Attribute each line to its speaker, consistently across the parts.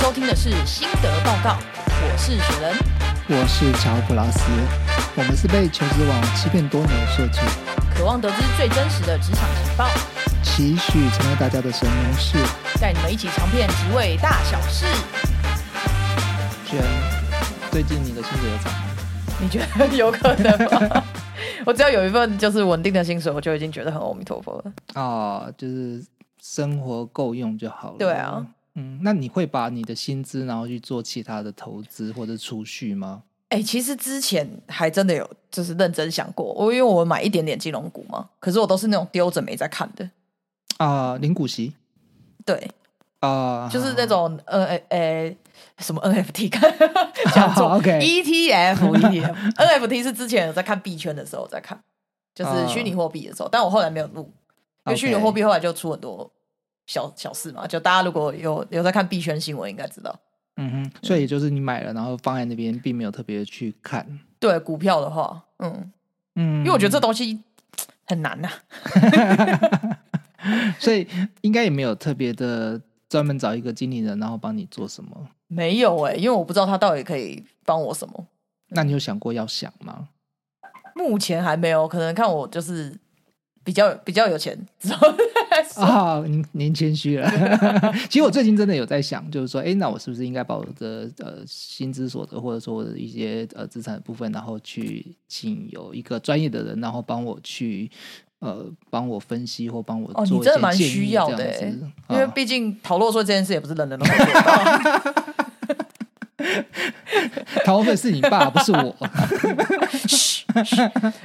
Speaker 1: 收听的是心得报告，我是雪人。
Speaker 2: 我是乔普拉斯，我们是被求职网欺骗多年的设计，
Speaker 1: 渴望得知最真实的职场情报，
Speaker 2: 期许成为大家的神农氏。
Speaker 1: 带你们一起尝遍职位大小事。
Speaker 2: 轩，最近你的薪水有涨吗？
Speaker 1: 你觉得有可能 吗？我只要有一份就是稳定的薪水，我就已经觉得很阿弥陀佛了。
Speaker 2: 哦，就是生活够用就好了。
Speaker 1: 对啊，
Speaker 2: 嗯，那你会把你的薪资然后去做其他的投资或者储蓄吗？
Speaker 1: 哎、其实之前还真的有就是认真想过，我因为我买一点点金融股嘛，可是我都是那种丢着没在看的，
Speaker 2: 啊、零股息
Speaker 1: 对，
Speaker 2: 啊、
Speaker 1: 就是那种呃呃呃什么 NFT 看讲错
Speaker 2: 哦
Speaker 1: ，E
Speaker 2: OK
Speaker 1: ETF ETF NFT 是之前有在看币圈的时候在看，就是虚拟货币的时候，但我后来没有入，因为
Speaker 2: 嗯 OK
Speaker 1: 虚拟货币后来就出很多小小事嘛，就大家如果有有在看币圈新闻，应该知道。
Speaker 2: 嗯哼，所以就是你买了，然后放在那边，并没有特别去看。
Speaker 1: 对股票的话，嗯，
Speaker 2: 嗯，
Speaker 1: 因为我觉得这东西很难呐、
Speaker 2: 嗯所以应该也没有特别的专门找一个经理人，然后帮你做什么。
Speaker 1: 没有哎、因为我不知道它到底可以帮我什么，
Speaker 2: 那你有想过要想吗？
Speaker 1: 目前还没有，可能看我就是比较比较有钱之后再说。
Speaker 2: 啊、您您谦 虚了。其实我最近真的有在想，就是说，哎，那我是不是应该把我的呃薪资所得，或者说我的一些呃资产的部分，然后去请有一个专业的人，然后帮我去呃帮我分析或帮我
Speaker 1: 哦你
Speaker 2: 做一
Speaker 1: 真的
Speaker 2: 些
Speaker 1: 蛮
Speaker 2: 建
Speaker 1: 需
Speaker 2: 议
Speaker 1: 要
Speaker 2: 这
Speaker 1: 的
Speaker 2: 样
Speaker 1: 欸
Speaker 2: 子
Speaker 1: 因为
Speaker 2: 啊
Speaker 1: 毕竟讨论说这件事也不是人人都能 做到。
Speaker 2: 桃粉是你 爸，不是我。
Speaker 1: 嘘嘘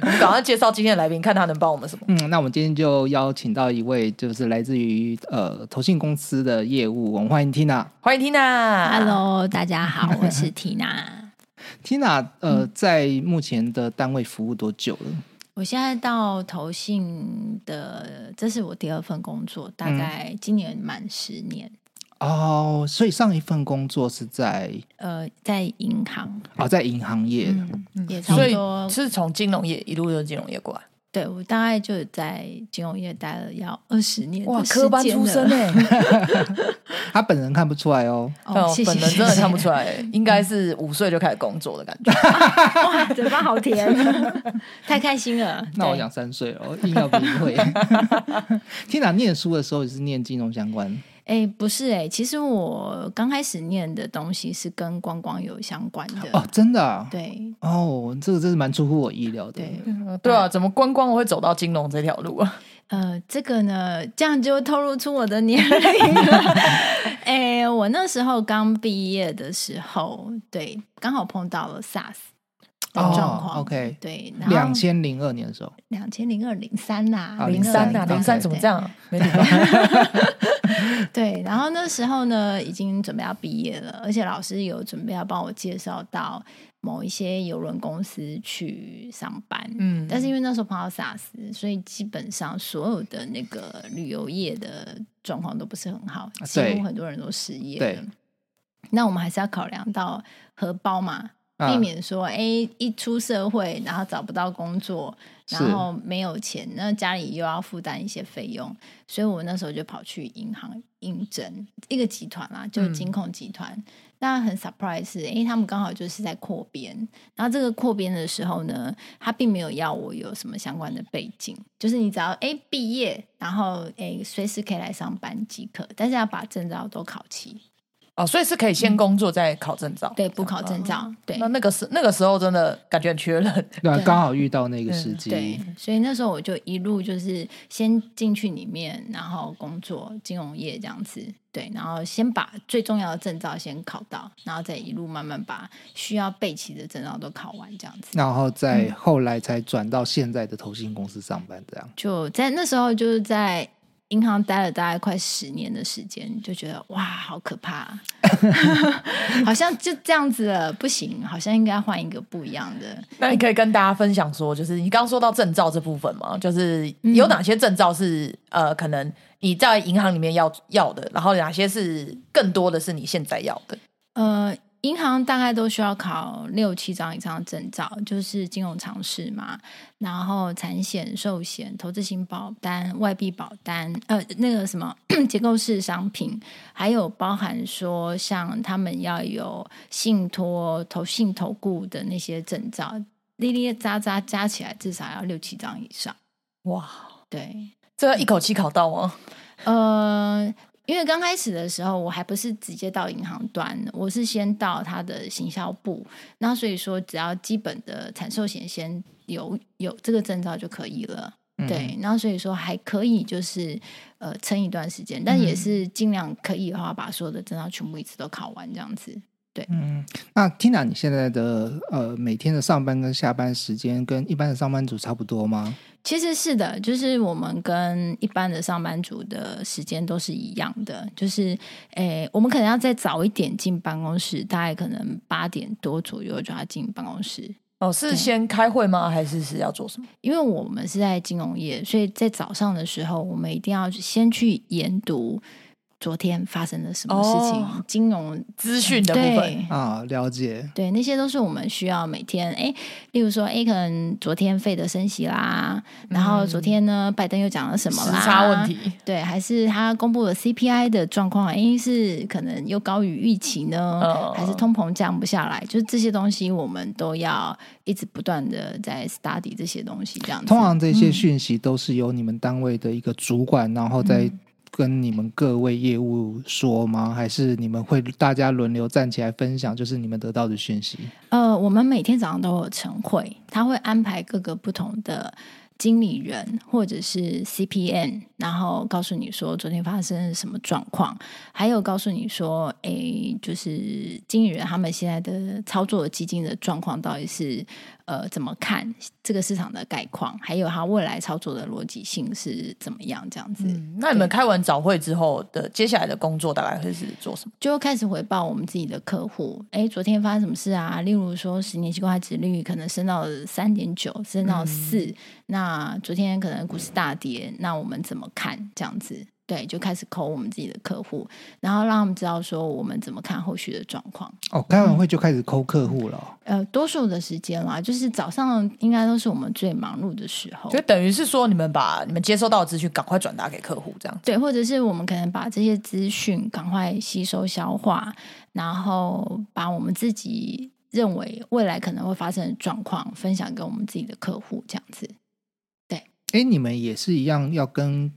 Speaker 1: 我们赶快介绍今天的来宾，看他能帮我们什么。
Speaker 2: 嗯，那我们今天就邀请到一位，就是来自于呃投信公司的业务，我们欢迎 Tina。
Speaker 1: 欢迎 Tina。
Speaker 3: Hello，大家好， 我是 Tina。
Speaker 2: Tina，呃，
Speaker 1: 嗯
Speaker 2: 在目前的单位服务多久了？
Speaker 3: 我现在到投信的，这是我第二份工作，大概今年满十年。
Speaker 2: 哦，所以上一份工作是在
Speaker 1: 嗯
Speaker 3: 呃，在银行，
Speaker 2: 哦，在银行业。
Speaker 3: 嗯，也差
Speaker 1: 所
Speaker 3: 不
Speaker 1: 以
Speaker 3: 多。
Speaker 1: 是从金融业一路就是金融业过来，
Speaker 3: 对我大概就在金融业待了要二十年的
Speaker 1: 哇，
Speaker 3: 时
Speaker 1: 科班
Speaker 3: 间
Speaker 1: 出
Speaker 3: 了
Speaker 1: 身 哎，
Speaker 2: 他本人看不出来哦。
Speaker 3: 欸哦，谢谢，嗯
Speaker 1: 本人真的
Speaker 3: 谢谢
Speaker 1: 看不出来，应该是五岁就开始工作的感 觉。
Speaker 3: 哇，嘴巴 好甜，太开心了。
Speaker 2: 那我
Speaker 3: 对
Speaker 2: 讲三岁了，硬要比你会。Tina 念书的时候也是念金融相关
Speaker 3: 哎、不是哎、其实我刚开始念的东西是跟观光有相关的，
Speaker 2: 哦，真的、啊、
Speaker 3: 对
Speaker 2: 哦，这个真是蛮出乎我意料的。
Speaker 3: 对，
Speaker 1: 对啊，怎么观光会走到金融这条路啊？
Speaker 3: 呃，这个呢，这样就透露出我的年龄了。 哎、我那时候刚毕业的时候，对，刚好碰到了 SARS 的
Speaker 2: 哦
Speaker 3: 状况。
Speaker 2: ，OK
Speaker 3: 对，
Speaker 2: 两千零二年的时候，
Speaker 3: 两千零二零三啦，
Speaker 2: 啊
Speaker 1: 零三啊，
Speaker 2: 03
Speaker 1: 零三怎么这？样 啊？没礼貌。
Speaker 3: 对，然后那时候呢，已经准备要毕业了，而且老师有准备要帮我介绍到某一些邮轮公司去上班。
Speaker 1: 嗯，
Speaker 3: 但是因为那时候碰到 SARS，所以基本上所有的那个旅游业的状况都不是很好，
Speaker 2: 啊
Speaker 3: 几
Speaker 2: 对
Speaker 3: 乎很多人都失业
Speaker 2: 对
Speaker 3: 了。那我们还是要考量到荷包嘛，避
Speaker 2: 啊
Speaker 3: 免说，哎、一出社会然后找不到工作，
Speaker 2: 是
Speaker 3: 然后没有钱，那家里又要负担一些费用，所以我那时候就跑去银行应征一个集团啦，就是金控集团。那很 surprise 是，哎，他们刚好就是在扩编，然后这个扩编的时候呢，他并没有要我有什么相关的背景，就是你只要哎毕业，然后哎随时可以来上班即可，但是要把证照都考齐，
Speaker 1: 哦，所以是可以先工作再考证照。哦
Speaker 3: 对，不考证照，对
Speaker 1: 那。那个时那个时候真的感觉很缺人。
Speaker 2: 对啊，
Speaker 3: 对嗯
Speaker 2: 刚好遇到那个时
Speaker 3: 对
Speaker 2: 机。，
Speaker 3: 所以那时候我就一路就是先进去里面，然后工作金融业这样子，对，然后先把最重要的证照先考到，然后再一路慢慢把需要备齐的证照都考完，这样子。
Speaker 2: 然后再
Speaker 3: 嗯
Speaker 2: 后来才转到现在的投信公司上班，这样。
Speaker 3: 就在那时候，就是在银行待了大概快十年的时间，就觉得哇，好可怕，啊好像就这样子了，不行，好像应该换一个不一样的。
Speaker 1: 那你可以跟大家分享说，就是你刚刚说到证照这部分嘛，就是有哪些证照是、呃，可能你在银行里面要要的，然后哪些是更多的是你现在要的。
Speaker 3: 呃，银行大概都需要考六七张以上的证照，就是金融常识嘛，然后产险、寿险、投资型保单、外币保单，呃，那个什么 结构式商品，还有包含说像他们要有信托、投信、投顾的那些证照，哩哩喳喳加起来至少要六七张以上。
Speaker 1: 哇，
Speaker 3: 对，
Speaker 1: 这要一口气考到哦吗？
Speaker 3: 呃，因为刚开始的时候，我还不是直接到银行端，我是先到它的行销部。那所以说，只要基本的产寿险先有有这个证照就可以了。
Speaker 2: 嗯
Speaker 3: 对，那所以说还可以，就是呃撑一段时间，但也是尽量可以的话，把所有的证照全部一次都考完这样子。
Speaker 2: 嗯，那 Tina，你现在的呃每天的上班跟下班时间跟一般的上班族差不多吗？
Speaker 3: 其实是的，就是我们跟一般的上班族的时间都是一样的，就是诶，我们可能要再早一点进办公室，大概可能八点多左右就要进办公室，
Speaker 1: 哦，是
Speaker 3: 对
Speaker 1: 先开会吗？还是是要做什么？
Speaker 3: 因为我们是在金融业，所以在早上的时候，我们一定要先去研读昨天发生了什么事情，
Speaker 1: 哦
Speaker 3: 金融
Speaker 1: 资讯的部分。
Speaker 3: 对。
Speaker 2: 啊，了解。
Speaker 3: 对，那些都是我们需要每天哎，例如说哎，可能昨天费的升息啦，然后昨天呢，拜登又讲了什么
Speaker 1: 嗯时
Speaker 3: 啦，
Speaker 1: 差问题，
Speaker 3: 对，还是他公布了 CPI 的状况，诶，是可能又高于预期呢，
Speaker 1: 嗯
Speaker 3: 还是通膨降不下来？就是这些东西，我们都要一直不断的在 study 这些东西，这样子。
Speaker 2: 通常这些讯息都是由你们单位的一个主管，然后再
Speaker 3: 嗯
Speaker 2: 跟你们各位业务说吗？还是你们会大家轮流站起来分享，就是你们得到的讯息？
Speaker 3: 呃，我们每天早上都有晨会，他会安排各个不同的经理人或者是 CPN，然后告诉你说昨天发生了什么状况，还有告诉你说，诶，就是经理人他们现在的操作基金的状况到底是呃怎么看这个市场的概况，还有他未来操作的逻辑性是怎么样，这样子、
Speaker 1: 嗯，那你们开完早会之后的接下来的工作大概会是做什么？
Speaker 3: 就开始回报我们自己的客户，诶，昨天发生什么事啊？例如说，十年期公开值率可能升到三点九，升到四、那昨天可能股市大跌，那我们怎么看？这样子，对，就开始抠我们自己的客户，然后让他们知道说我们怎么看后续的状况。
Speaker 2: 哦，开完会就开始抠客户了哦、
Speaker 3: 呃，多数的时间啦，就是早上应该都是我们最忙碌的时候
Speaker 1: 就。等于是说，你们把你们接收到的资讯赶快转达给客户，这样。
Speaker 3: 对，或者是我们可能把这些资讯赶快吸收消化，然后把我们自己认为未来可能会发生的状况分享给我们自己的客户，这样子。
Speaker 2: 哎，你们也是一样要跟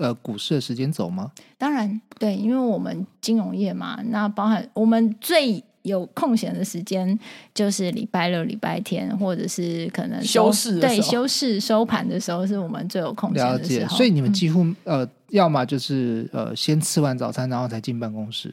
Speaker 2: 呃股市的时间走吗？
Speaker 3: 当然，对，因为我们金融业嘛，那包含我们最有空闲的时间就是礼拜六、礼拜天，或者是可能收
Speaker 1: 休市的时
Speaker 3: 对
Speaker 1: 候
Speaker 3: 休市收盘的时候，是我们最有空闲
Speaker 2: 了
Speaker 3: 的时
Speaker 2: 解，
Speaker 3: 候。嗯
Speaker 2: 所以你们几乎、呃，要么就是呃先吃完早餐，然后才进办公室，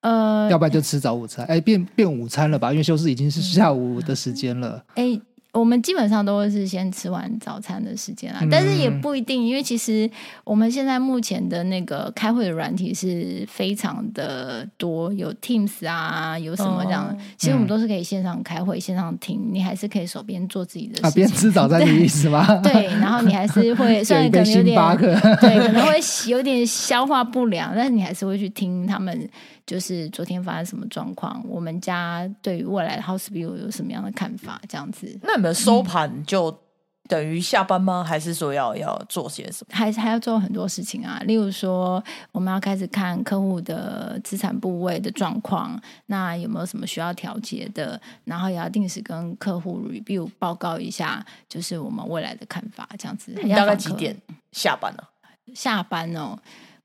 Speaker 3: 呃，
Speaker 2: 要不然就吃早午餐。哎，变变午餐了吧？因为休息已经
Speaker 3: 嗯
Speaker 2: 是下午的时间了。
Speaker 3: 哎、我们基本上都会是先吃完早餐的时间啦，啊但是也
Speaker 2: 嗯
Speaker 3: 不一定，因为其实我们现在目前的那个开会的软体是非常的多，有 Teams 啊，有什么这样的，
Speaker 1: 哦
Speaker 3: 其实我
Speaker 2: 嗯
Speaker 3: 们都是可以线上开会、线上听，你还是可以手边做自己的
Speaker 2: 啊，
Speaker 3: 事
Speaker 2: 边
Speaker 3: 情。
Speaker 2: 吃早餐的意思 吗？
Speaker 3: 对，然后你还 是会，虽
Speaker 2: 有一
Speaker 3: 然
Speaker 2: 杯
Speaker 3: 可能有
Speaker 2: 星
Speaker 3: 点
Speaker 2: 巴克。
Speaker 3: 对，可能会有点消化不良，但是你还是会去听他们，就是昨天发生什么状况，我们家对于未来的 House View 有什么样的看法，这样子。
Speaker 1: 那你们收盘就等于下班吗？还是说要要做些什么？
Speaker 3: 还还要做很多事情啊，例如说，我们要开始看客户的资产部位的状况，那有没有什么需要调节的，然后也要定时跟客户 review 报告一下，就是我们未来的看法，这样子。
Speaker 1: 你大概几点下班呢、
Speaker 3: 下班哦？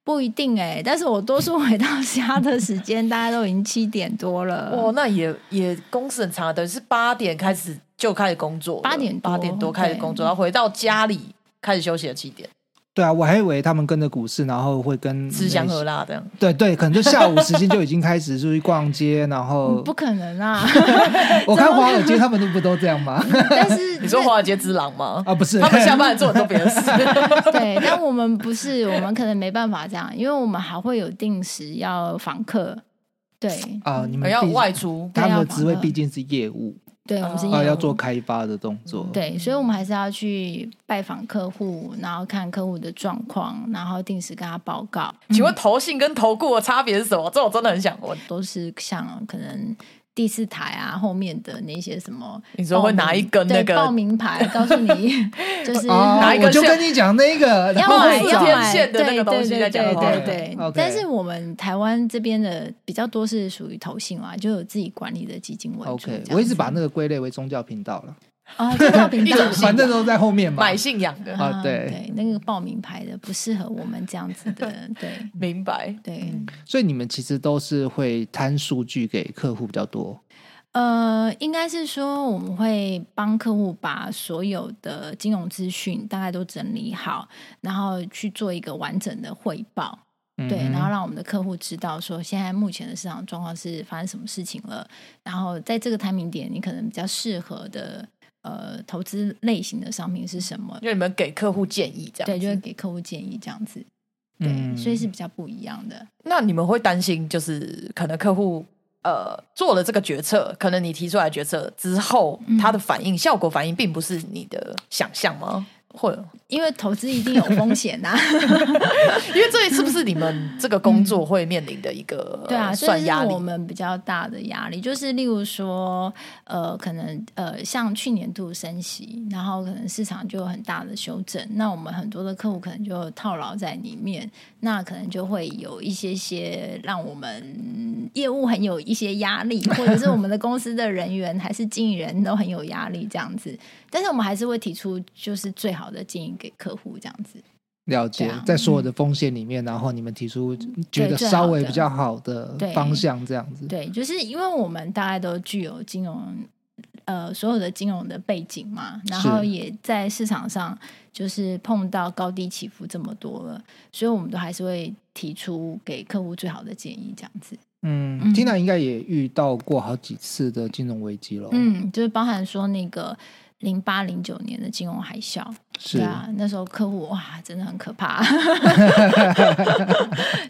Speaker 3: 不一定哎、但是我多数回到家的时间，大家都已经七点多了。
Speaker 1: 哦，那也也公司很长，等于是八点开始就开始工作了，
Speaker 3: 八点多
Speaker 1: 八点多开始工作，然后回到家里开始休息了七点，
Speaker 2: 对啊，我还以为他们跟着股市，然后会跟
Speaker 3: 嗯
Speaker 1: 吃香喝辣这样。
Speaker 2: 对对，可能就下午时间就已经开 始出去逛街，然后
Speaker 3: 不可 能啊！
Speaker 2: 我看华尔街他们都不都这样 吗？
Speaker 3: 但是
Speaker 1: 你说华尔街之狼吗？
Speaker 2: 啊，不是，
Speaker 1: 他们下班做很多别的事，
Speaker 3: 对，但我们不是，我们可能没办法这样，因为我们还会有定时要访客。对，
Speaker 2: 啊，你们
Speaker 1: 要
Speaker 2: 毕
Speaker 1: 外出。
Speaker 2: 他们的职位毕竟是业务
Speaker 3: 对，我们是
Speaker 1: 哦
Speaker 3: 啊业务、
Speaker 2: 啊，要做开发的动作。
Speaker 3: 对，所以我们还是要去拜访客户，然后看客户的状况，然后定时跟他报告。
Speaker 1: 请问投信跟投顾的差别是什么？这我真的很想问。
Speaker 3: 都是像可能第四台啊后面的那些什么报名，
Speaker 1: 你说会拿一根那个
Speaker 3: 对报名牌，告诉 你就是
Speaker 2: 哦
Speaker 1: 哪一个
Speaker 2: 我就
Speaker 1: 线
Speaker 2: 跟你讲那个，然
Speaker 3: 要
Speaker 2: 后
Speaker 3: 买
Speaker 2: 我
Speaker 3: 要
Speaker 2: 找
Speaker 1: 天
Speaker 3: 买，
Speaker 1: 线的那个
Speaker 3: 对
Speaker 1: 东西
Speaker 3: 对
Speaker 1: 在讲
Speaker 3: 对
Speaker 1: 话
Speaker 3: 对对对
Speaker 2: OK
Speaker 3: 但是我们台湾这边的比较多是属于投信啊啦，就有自己管理的基金为主。
Speaker 2: OK，
Speaker 3: 这样
Speaker 2: 我一直
Speaker 3: 子
Speaker 2: 把那个归类为宗教频道了，
Speaker 3: 啊，这 个频
Speaker 1: 一种
Speaker 3: 道
Speaker 1: 信
Speaker 2: 反正都在后面嘛。
Speaker 1: 买信仰的，
Speaker 2: 啊对
Speaker 3: 对，那个报名牌的不适合我们这样子 的，对
Speaker 1: 明白？
Speaker 3: 对。
Speaker 2: 所以你们其实都是会摊数据给客户比较多。
Speaker 3: 呃，应该是说我们会帮客户把所有的金融资讯大概都整理好，然后去做一个完整的汇报，对，
Speaker 2: 嗯
Speaker 3: 然后让我们的客户知道说现在目前的市场状况是发生什么事情了，然后在这个 timing 点，你可能比较适合的呃投资类型的商品是什么，
Speaker 1: 因为你们给客户建议这样，
Speaker 3: 对，就会。给客户建议这样子，对，
Speaker 2: 嗯
Speaker 3: 所以是比较不一样的。
Speaker 1: 那你们会担心，就是可能客户呃做了这个决策，可能你提出来的决策之后，
Speaker 3: 嗯
Speaker 1: 他的反应效果反应并不是你的想象吗？会，
Speaker 3: 因为投资一定有风险 啊呐、
Speaker 1: 因为这是不是你们这个工作会面临的一个、呃
Speaker 3: 对啊，这
Speaker 1: 算
Speaker 3: 是
Speaker 1: 压力
Speaker 3: 我？们比较大的压力，就是例如说，呃，可能呃，像去年度升息，然后可能市场就有很大的修正，那我们很多的客户可能就套牢在里面，那可能就会有一些些让我们业务很有一些压力，或者是我们的公司的人员还是经理人都很有压力这样子，但是我们还是会提出就是最好的建议给客户这样子。
Speaker 2: 了解
Speaker 3: 对啊，
Speaker 2: 在所有的风险里面，然后你们提出觉得
Speaker 3: 最好的
Speaker 2: 稍微比较好的
Speaker 3: 对
Speaker 2: 方向，这样子。
Speaker 3: 对，就是因为我们大概都具有金融呃所有的金融的背景嘛，然后
Speaker 2: 是
Speaker 3: 也在市场上就是碰到高低起伏这么多了，所以我们都还是会提出给客户最好的建议，这样子。
Speaker 2: 嗯
Speaker 3: 嗯
Speaker 2: ，Tina 应该也遇到过好几次的金融危机了。，
Speaker 3: 嗯，就是包含说那个。零八零九年的金融海啸，
Speaker 2: 是
Speaker 3: 对。啊，那时候客户哇，真的很可 怕。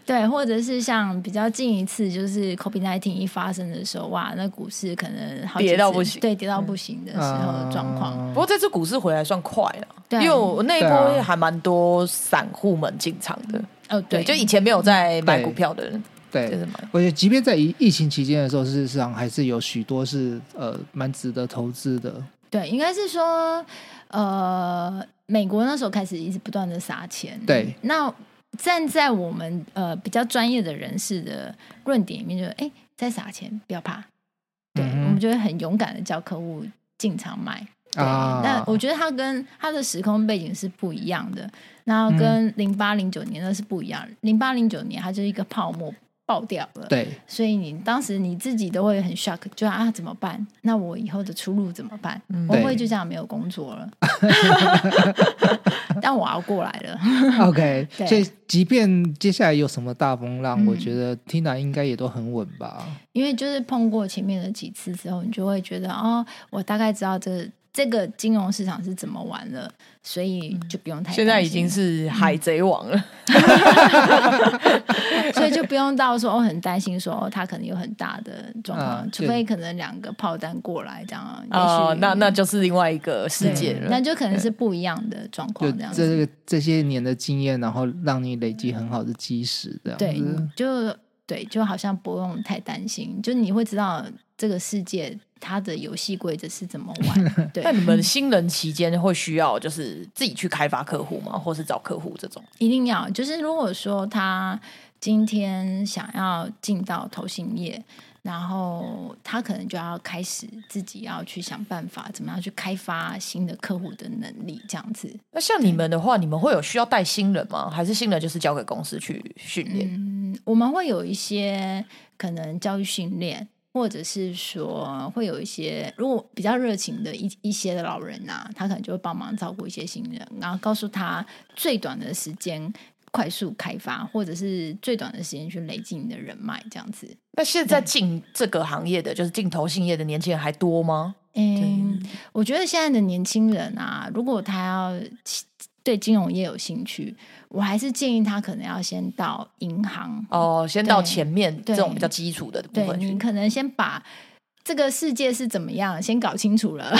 Speaker 3: 对，或者是像比较近一次，就是 COVID nineteen 一发生的时候，哇，那股市可能好几
Speaker 1: 跌到
Speaker 3: 次
Speaker 1: 不行
Speaker 3: 对，跌到不行的时候
Speaker 2: 啊
Speaker 3: 的状况。
Speaker 2: 嗯
Speaker 1: 不过这次股市回来算快了，
Speaker 3: 对
Speaker 1: 因为我那一
Speaker 2: 对
Speaker 1: 波
Speaker 2: 啊
Speaker 1: 还蛮多散户们进场的，
Speaker 3: 哦，对，
Speaker 1: 就以前没有在买
Speaker 2: 对
Speaker 1: 股票的人，就
Speaker 2: 对
Speaker 1: 是。买。
Speaker 2: 而且，即便在疫疫情期间的时候，事实上还是有许多是呃蛮值得投资的。
Speaker 3: 对，应该是说，呃，美国那时候开始一直不断的撒钱，
Speaker 2: 对。
Speaker 3: 那站在我们呃比较专业的人士的论点里面，就是哎，在撒钱不要怕，对、
Speaker 2: 嗯哼
Speaker 3: 我们就会很勇敢的叫客户进场买。对，
Speaker 2: 啊，
Speaker 3: 但我觉得它跟它的时空背景是不一样的，然后
Speaker 2: 嗯
Speaker 3: 跟零八零九年那是不一样。零八零九年它就是一个泡沫爆掉了，
Speaker 2: 啊对
Speaker 3: 所以你当时你自己都会很 shock，就啊怎么办？那我以后的出路怎么办？我
Speaker 2: 嗯对
Speaker 3: 会就这样没有工 作了，但我熬过来了。
Speaker 2: ，OK。
Speaker 3: 对
Speaker 2: 所以，即便接下来有什么大风浪，
Speaker 3: 嗯
Speaker 2: 我觉得 Tina 应该也都很稳吧。
Speaker 3: 因为就是碰过前面的几次之后，你就会觉得哦，我大概知道这个这个金融市场是怎么玩了，所以
Speaker 2: 嗯
Speaker 3: 就不用太
Speaker 1: 现在
Speaker 3: 担
Speaker 1: 已
Speaker 3: 心
Speaker 1: 经是海贼王了，
Speaker 3: 所以就不用到说哦很担心说哦他可能有很大的状况，
Speaker 2: 啊
Speaker 3: 除非可能两个炮弹过来这样，啊
Speaker 1: 哦、
Speaker 3: 嗯也许
Speaker 1: 那那就是另外一个世界
Speaker 3: 对
Speaker 1: 了。
Speaker 3: 那就可能是不一样的状
Speaker 2: 就
Speaker 3: 况
Speaker 1: 呃
Speaker 3: 这样
Speaker 2: 这
Speaker 3: 子。
Speaker 2: 个这些年的经验，然后让你累积很好的基石，这样
Speaker 3: 对，
Speaker 2: 子
Speaker 1: 嗯
Speaker 3: 你。就对，就好像不用太担心，就你会知道这个世界它的游戏规则是怎么玩。对
Speaker 1: 那，你们新人期间会需要就是自己去开发客户吗？或是找客户这种？
Speaker 3: 一定要就是如果说他今天想要进到投信业，然后他可能就要开始自己要去想办法，怎么样去开发新的客户的能力，这样子。
Speaker 1: 那像你们的话，你们会有需要带新人吗？还是新人就是交给公司去训练？
Speaker 3: 嗯，我们会有一些可能教育训练，或者是说会有一些如果比较热情的一一些的老人呐、他可能就会帮忙照顾一些新人，然后告诉他最短的时间快速开发，或者是最短的时间去累积你的人脉，这样子。
Speaker 1: 那现在进这个行业的，就是进投信业的年轻人还多吗？
Speaker 3: 嗯，我觉得现在的年轻人啊，如果他要起对金融业有兴趣，我还是建议他可能要先到银行
Speaker 1: 哦，先到
Speaker 3: 对
Speaker 1: 前面这
Speaker 3: 对
Speaker 1: 种比较基础的部
Speaker 3: 对
Speaker 1: 分
Speaker 3: 你
Speaker 1: 去，
Speaker 3: 可能先把这个世界是怎么样先搞清楚了，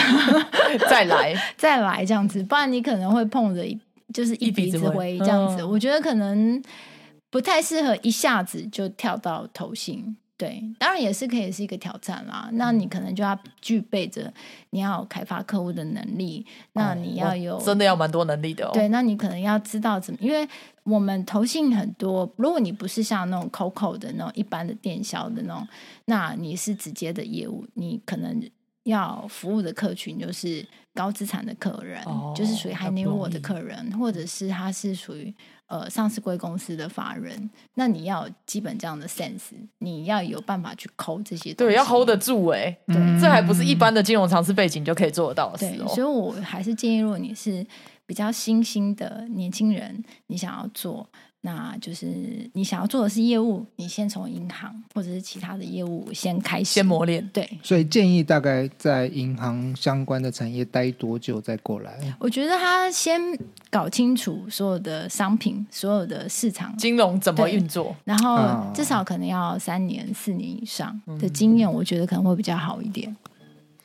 Speaker 1: 再来。
Speaker 3: 再来这样子，不然你可能会碰着一就是一
Speaker 1: 一鼻
Speaker 3: 鼻
Speaker 1: 子
Speaker 3: 子
Speaker 1: 灰
Speaker 3: 灰这样子。
Speaker 1: 嗯
Speaker 3: 我觉得可能不太适合一下子就跳到投信，对，当然也是可以是一个挑战啦。那
Speaker 1: 嗯
Speaker 3: 你可能就要具备着你要有开发客户的能力，那你要有
Speaker 1: 哦真的要蛮多能力的哦。
Speaker 3: 对，那你可能要知道怎么，因为我们投信很多，如果你不是像那种 COCO 的那种一般的电销的那种，那你是直接的业务，你可能要服务的客群就是高资产的客人，
Speaker 1: 哦
Speaker 3: 就是属于 high
Speaker 1: 那
Speaker 3: net
Speaker 1: 不容
Speaker 3: worth 的
Speaker 1: 易
Speaker 3: 客人，或者是他是属于呃上市贵公司的法人，那你要有基本这样的 sense，你要有办法去抠这些东
Speaker 1: 对，
Speaker 3: 西，
Speaker 1: 要 hold 得住哎、
Speaker 3: 对
Speaker 1: 这还不是一般的金融常识背景就可以做得到的
Speaker 3: 对
Speaker 1: 事，
Speaker 3: 所以
Speaker 1: 哦。
Speaker 3: 我还是建议，如果你是比较新兴的年轻人，你想要做，那就是你想要做的是业务，你先从银行或者是其他的业务先开始，
Speaker 1: 先磨练，
Speaker 3: 对。
Speaker 2: 所以建议大概在银行相关的产业待多久再过来？
Speaker 3: 我觉得他先搞清楚所有的商品、所有的市场，
Speaker 1: 金融怎么
Speaker 3: 对
Speaker 1: 运作？
Speaker 3: 然后
Speaker 2: 啊
Speaker 3: 至少可能要三年、四年以上
Speaker 1: 嗯
Speaker 3: 的经验，我觉得可能会比较好一点。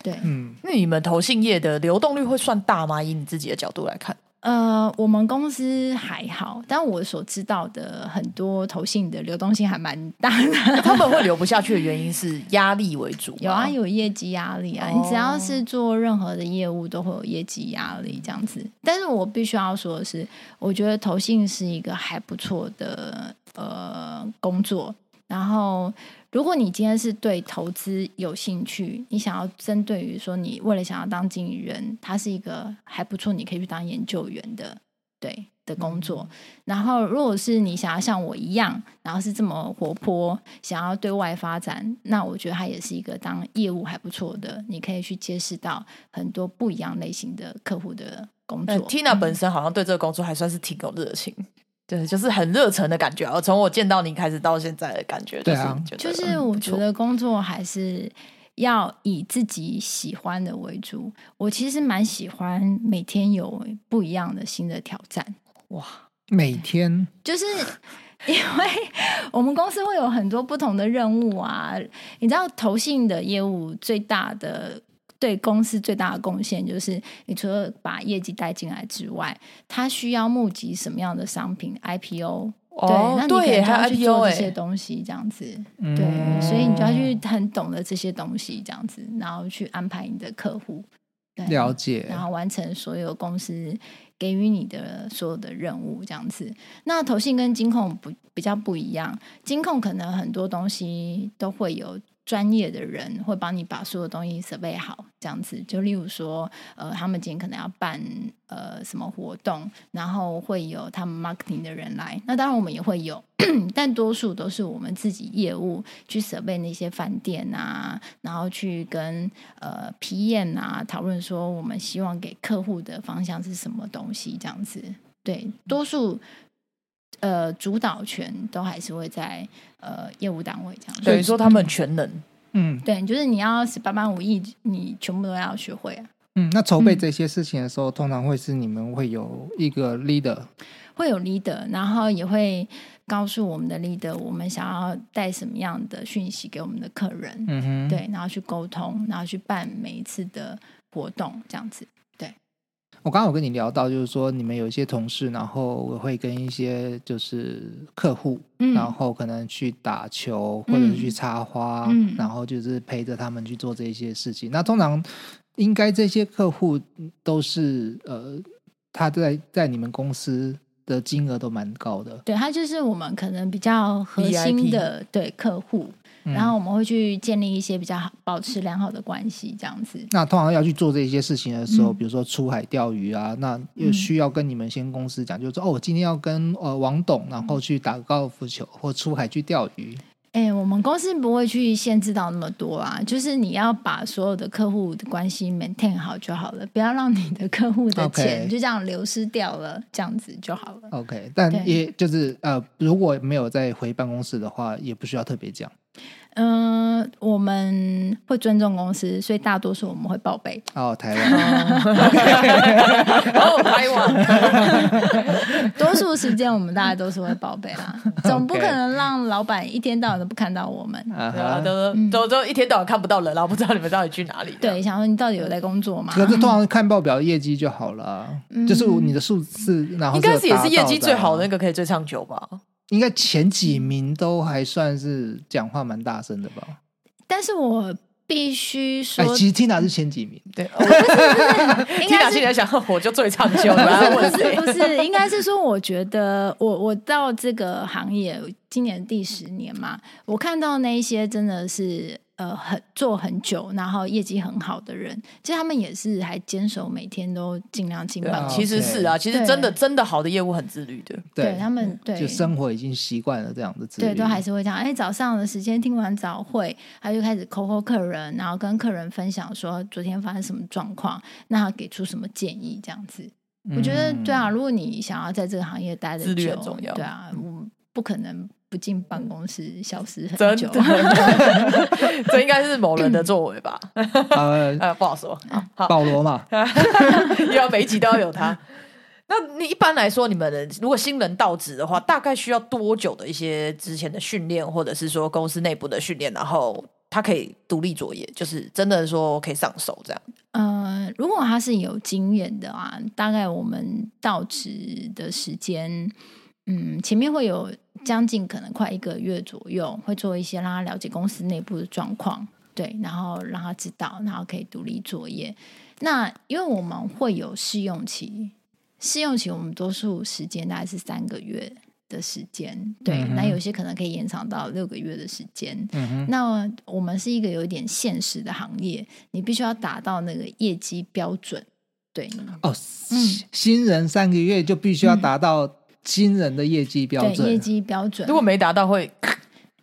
Speaker 3: 对，
Speaker 2: 嗯，
Speaker 1: 那你们投信业的流动率会算大吗？以你自己的角度来看，
Speaker 3: 呃，我们公司还好，但我所知道的很多投信的流动性还蛮大的。
Speaker 1: 他们会留不下去的原因是压力为主吗。哦
Speaker 3: 有啊，有业绩压力啊！你只要是做任何的业务，都会有业绩压力这样子。但是我必须要说的是，我觉得投信是一个还不错的呃工作。然后，如果你今天是对投资有兴趣，你想要针对于说你为了想要当经理人，它是一个还不错，你可以去当研究员的，对的工作。然后，如果是你想要像我一样，然后是这么活泼，想要对外发展，那我觉得它也是一个当业务还不错的，你可以去接触到很多不一样类型的客户的工作
Speaker 1: 那。Tina 本身好像对这个工作还算是挺有热情，对，就是很热忱的感觉啊。从我见到你开始到现在的感觉，
Speaker 2: 对啊
Speaker 1: 就是觉
Speaker 3: 就
Speaker 1: 得
Speaker 3: 是
Speaker 1: 嗯
Speaker 3: 我
Speaker 1: 不
Speaker 3: 觉
Speaker 1: 错
Speaker 3: 得工作还是要以自己喜欢的为主。我其实蛮喜欢每天有不一样的新的挑战，
Speaker 2: 每天
Speaker 3: 就是 因为我们公司会有很多不同的任务啊。你知道，投信的业务最大的。对公司最大的贡献就是，你除了把业绩带进来之外，它需要募集什么样的商品 IPO，、对，那
Speaker 1: 哦，
Speaker 3: 你可
Speaker 1: 对耶，
Speaker 3: 能就要
Speaker 1: 还
Speaker 3: 去
Speaker 1: IPO
Speaker 3: 做这
Speaker 1: 哎、
Speaker 3: 些东西，这样子。
Speaker 2: 嗯
Speaker 3: 对，所以你就要去很懂得这些东西，这样子，然后去安排你的客户，对，啊
Speaker 2: 了解，
Speaker 3: 然后完成所有公司给予你的所有的任务，这样子。那投信跟金控不比较不一样，金控可能很多东西都会有。专业的人会帮你把所有东西准备好，这样子。就例如说，呃，他们今天可能要办呃什么活动，然后会有他们 marketing 的人来。那当然我们也会有，但多数都是我们自己业务去设备那些饭店啊，然后去跟呃 PM 啊讨论说我们希望给客户的方向是什么东西，这样子。对，多数呃主导权都还是会在呃业务单位这样子。
Speaker 1: 等于说他们全 能，
Speaker 2: 嗯
Speaker 3: 对，就是你要十八般武艺，你全部都要学会啊。
Speaker 2: 嗯。那筹备
Speaker 3: 嗯
Speaker 2: 这些事情的时候，通常会是你们会有一个 leader，
Speaker 3: 会有 leader，然后也会告诉我们的 leader，我们想要带什么样的讯息给我们的客人。
Speaker 2: 嗯哼，，
Speaker 3: 对，然后去沟通，然后去办每一次的活动，这样子。
Speaker 2: 我刚刚有跟你聊到，就是说你们有一些同事，然后我会跟一些就是客户，
Speaker 3: 嗯
Speaker 2: 然后可能去打球或者是去插花，
Speaker 3: 嗯
Speaker 2: 然后就是陪着他们去做这些事情。那通常应该这些客户都是呃，他在在你们公司的金额都蛮高的，
Speaker 3: 对，他就是我们可能比较核
Speaker 1: VIP
Speaker 3: 心的对客户，
Speaker 2: 嗯
Speaker 3: 然后我们会去建立一些比较好、保持良好的关系，这样子。
Speaker 2: 那通常要去做这些事情的时候，
Speaker 3: 嗯
Speaker 2: 比如说出海钓鱼啊，那又需要跟你们先公司讲，就是说哦，我今天要跟呃王董，然后去打高尔夫球或出海去钓鱼。
Speaker 3: 哎、我们公司不会去限制到那么多啊，就是你要把所有的客户的关系 maintain 好就好了，不要让你的客户的
Speaker 2: OK
Speaker 3: 钱就这样流失掉了，这样子就好了。
Speaker 2: OK，但
Speaker 3: 对
Speaker 2: 也就是呃，如果没有再回办公室的话，也不需要特别讲。
Speaker 3: 嗯、我们会尊重公司，所以大多数我们会报备。
Speaker 2: 哦，台 湾
Speaker 1: 哦，拍完
Speaker 3: 多数时间我们大家都是会报备啦，总不可能让老板一天到晚都不看到我们。
Speaker 2: 啊
Speaker 1: 对啊，
Speaker 2: 哈，
Speaker 1: 都都都一天到晚看不到人，然后不知道你们到底去哪里。
Speaker 3: 嗯对，想说你到底有在工作吗？
Speaker 2: 可是通常看报表业绩就
Speaker 3: 嗯
Speaker 2: 好了啊，就是你的数字，然后
Speaker 1: 应该是也是业绩最好的
Speaker 2: 的啊
Speaker 1: 那个可以最长久吧？
Speaker 2: 应该前几名都还算是讲话蛮大声的吧？
Speaker 3: 但是我必须
Speaker 2: 哎
Speaker 3: 说，，
Speaker 2: 其实 Tina 是前几名，
Speaker 1: 对，
Speaker 3: 应
Speaker 1: 听
Speaker 3: 该
Speaker 1: 打
Speaker 3: 是
Speaker 1: 心里想， 我就最畅销了， 然后问
Speaker 3: 不是
Speaker 1: 谁？
Speaker 3: 不是，应该是说，我觉得我我到这个行业今年第十年嘛，我看到那一些真的是呃很做很久，然后业绩很好的人，其实他们也是还坚守每天都尽量进
Speaker 1: 对
Speaker 3: 办
Speaker 1: 啊，
Speaker 3: 公室，
Speaker 1: 其实是啊，其实
Speaker 3: 对
Speaker 1: 真的真的好的业务很自律的，
Speaker 3: 对他们对
Speaker 2: 就生活已经习惯了这样的自律，
Speaker 3: 对，都还是会这样。哎，早上的时间听完早会，他就开始扣扣客人，然后跟客人分享说昨天发生什么状况，那他给出什么建议这样子。我觉得
Speaker 2: 嗯
Speaker 3: 对啊，如果你想要在这个行业待的
Speaker 1: 嗯自律
Speaker 3: 久，
Speaker 1: 很重要
Speaker 3: 对啊，我不可能不进办公室消失很
Speaker 1: 真
Speaker 3: 久。
Speaker 1: 的， 这应该是某人的作为吧？
Speaker 2: 嗯，呃，
Speaker 1: 呃，不好说，
Speaker 3: 嗯
Speaker 1: 好好，
Speaker 2: 保罗嘛，
Speaker 1: 又要每一集都要有他。那你一般来说，你们的如果新人到职的话，大概需要多久的一些之前的训练，或者是说公司内部的训练，然后他可以独立作业，就是真的说可以上手这样？
Speaker 3: 呃，如果他是有经验的啊，大概我们到职的时间，嗯，前面会有将近可能快一个月左右，会做一些让他了解公司内部的状况，对，然后让他知道，然后可以独立作业。那因为我们会有试用期，试用期我们多数时间大概是三个月的时间，对，
Speaker 2: 嗯哼
Speaker 3: 那有些可能可以延长到六个月的时间，
Speaker 2: 嗯哼，
Speaker 3: 那我们是一个有一点现实的行业，你必须要达到那个业绩标准。对，
Speaker 2: 哦，新新人三个月就必须要达到新人的业绩标
Speaker 3: 嗯对，业
Speaker 2: 准，啊
Speaker 3: 绩标准
Speaker 1: 如。果没达到会，